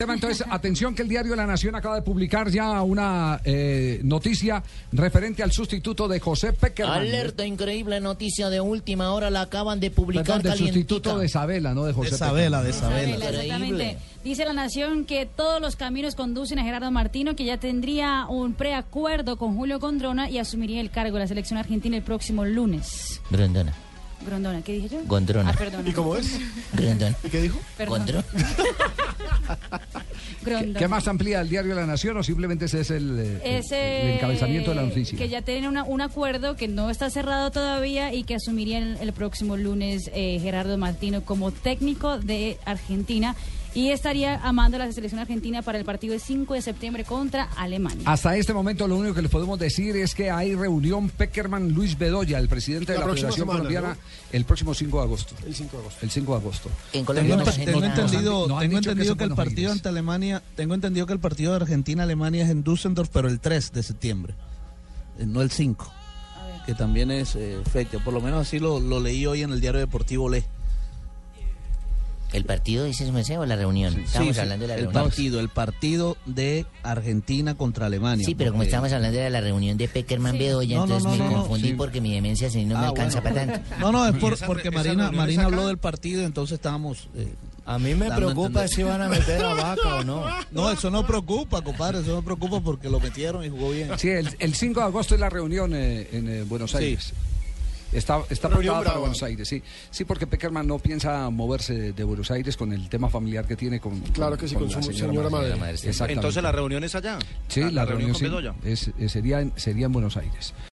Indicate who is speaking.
Speaker 1: Esteban, Entonces, atención que el diario La Nación acaba de publicar ya una eh, noticia referente al sustituto de José Peckerman.
Speaker 2: Alerta, increíble noticia de última hora, la acaban de publicar
Speaker 1: Perdón, del sustituto
Speaker 2: calientica.
Speaker 1: de Isabela, no de José
Speaker 3: Isabela, de Isabela.
Speaker 4: Exactamente. Dice la Nación que todos los caminos conducen a Gerardo Martino, que ya tendría un preacuerdo con Julio Gondrona y asumiría el cargo de la selección argentina el próximo lunes.
Speaker 2: Grondona,
Speaker 4: Grondona, ¿qué dije yo?
Speaker 2: Gondrona.
Speaker 4: Ah, perdón.
Speaker 3: es?
Speaker 2: Grondona,
Speaker 3: ¿Y qué dijo?
Speaker 4: Perdón.
Speaker 2: Gondrona.
Speaker 4: Grondona.
Speaker 1: ¿Qué más amplía el diario La Nación o simplemente ese es el, eh,
Speaker 4: Es,
Speaker 1: el
Speaker 4: eh,
Speaker 1: encabezamiento de la noticia?
Speaker 4: Que ya tienen una- un acuerdo que no está cerrado todavía y que asumiría el, el próximo lunes eh, Gerardo Martino como técnico de Argentina y estaría amando a la selección argentina para el partido de 5 de septiembre contra Alemania.
Speaker 1: Hasta este momento lo único que les podemos decir es que hay reunión Peckerman Luis Bedoya, el presidente de
Speaker 3: La
Speaker 1: la
Speaker 3: próxima
Speaker 1: Federación
Speaker 3: semana,
Speaker 1: Colombiana, el próximo 5 de agosto. El 5 de agosto. El 5 de agosto.
Speaker 2: En
Speaker 3: Tengo,
Speaker 2: Colombia no
Speaker 1: Tengo-
Speaker 3: ent-
Speaker 2: la
Speaker 1: tengo
Speaker 2: gente
Speaker 3: tengo
Speaker 2: nada.
Speaker 3: entendido,
Speaker 1: No han
Speaker 3: tengo
Speaker 1: dicho que
Speaker 3: entendido
Speaker 1: son
Speaker 3: que el
Speaker 1: buenos
Speaker 3: partido
Speaker 1: aires.
Speaker 3: ante Alemania, tengo entendido que el partido de Argentina Alemania es en Düsseldorf, pero el 3 de septiembre, eh, no el 5, que también es eh, fecha. Por lo menos así lo, lo leí hoy en el diario deportivo Le.
Speaker 2: ¿El partido dice su meseo o la reunión? Estamos
Speaker 3: Sí, sí,
Speaker 2: hablando de la
Speaker 3: el
Speaker 2: reunión.
Speaker 3: partido, el partido de Argentina contra Alemania.
Speaker 2: Sí, pero como
Speaker 3: porque-
Speaker 2: estábamos hablando de la reunión de Peckerman Bedoya,
Speaker 3: eh. No, no,
Speaker 2: entonces
Speaker 3: no,
Speaker 2: me
Speaker 3: no, no,
Speaker 2: confundí
Speaker 3: sí.
Speaker 2: porque mi demencia si no me
Speaker 3: Ah,
Speaker 2: alcanza
Speaker 3: bueno.
Speaker 2: para tanto.
Speaker 3: No, no, es por- porque Marina, Marina habló del partido, entonces estábamos. eh,
Speaker 5: A mí me
Speaker 3: dando a
Speaker 5: preocupa
Speaker 3: entender.
Speaker 5: si van a meter a vaca o no.
Speaker 3: No, eso no preocupa, compadre, eso no preocupa porque lo metieron y jugó bien.
Speaker 1: Sí, el, el 5 de agosto es la reunión eh, en eh, Buenos
Speaker 3: Sí.
Speaker 1: Aires. Está, está apuntada para Buenos Aires, sí. Sí, porque Peckerman no piensa moverse de, de Buenos Aires con el tema familiar que tiene con,
Speaker 6: Claro que sí, con
Speaker 1: la
Speaker 6: su señora madre.
Speaker 1: Exactamente.
Speaker 7: Entonces la reunión es allá.
Speaker 1: Sí, la, reunión,
Speaker 7: con
Speaker 1: sí,
Speaker 7: Bedoya.
Speaker 1: es- eh, sería, en- sería en Buenos Aires.